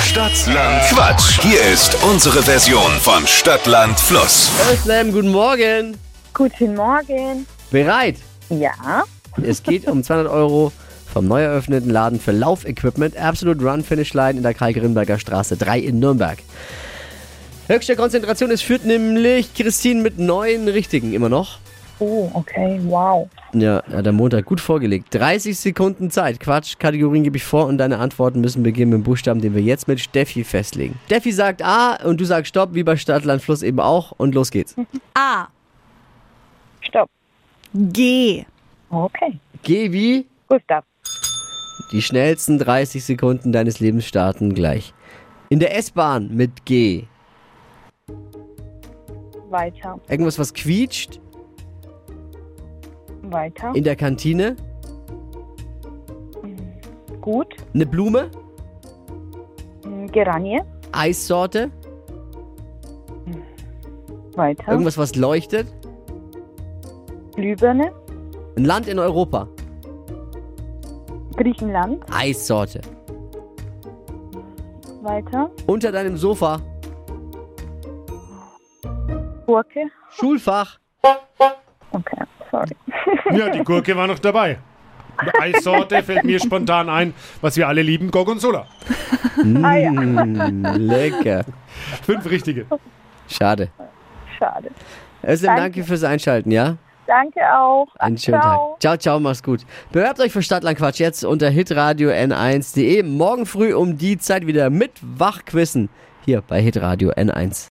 Stadtland Quatsch. Hier ist unsere Version von Stadtland Fluss. Özlem, guten Morgen. Guten Morgen. Bereit? Ja, Es geht um 200 Euro vom neu eröffneten Laden für Laufequipment Absolute Run Finish Line in der Karl-Grimberger Straße 3 in Nürnberg. Höchste Konzentration, es führt nämlich Christine mit neun Richtigen immer noch. oh, okay, wow. Ja, hat am Montag gut vorgelegt. 30 Sekunden Zeit. Quatsch, Kategorien gebe ich vor und deine Antworten müssen beginnen mit dem Buchstaben, den wir jetzt mit Steffi festlegen. Steffi sagt A und du sagst Stopp, wie bei Stadtland Fluss eben auch. Und los geht's. A. Stopp. G. Okay. Geh wie? Gustav. Die schnellsten 30 Sekunden deines Lebens starten gleich. In der S-Bahn mit G. Weiter. Irgendwas, was quietscht. Weiter. In der Kantine. Gut. Eine Blume. Hm, Geranie. Eissorte. Weiter. Irgendwas, was leuchtet. Glühbirne. Ein Land in Europa. Griechenland. Eissorte. Weiter. Unter deinem Sofa. Gurke. Schulfach. Okay, sorry. Ja, die Gurke war noch dabei. Eine Eissorte fällt mir spontan ein, was wir alle lieben, Gorgonzola. Ah ja, Mmh, lecker. Fünf richtige. Schade. schade. Özlem, danke. Danke. fürs Einschalten, ja? Danke auch. Einen schönen Ciao. Tag. Ciao, ciao, mach's gut. Bewerbt euch für Stadtlandquatsch jetzt unter hitradio n1.de. Morgen früh um die Zeit wieder mit Wachquissen hier bei hitradio n1.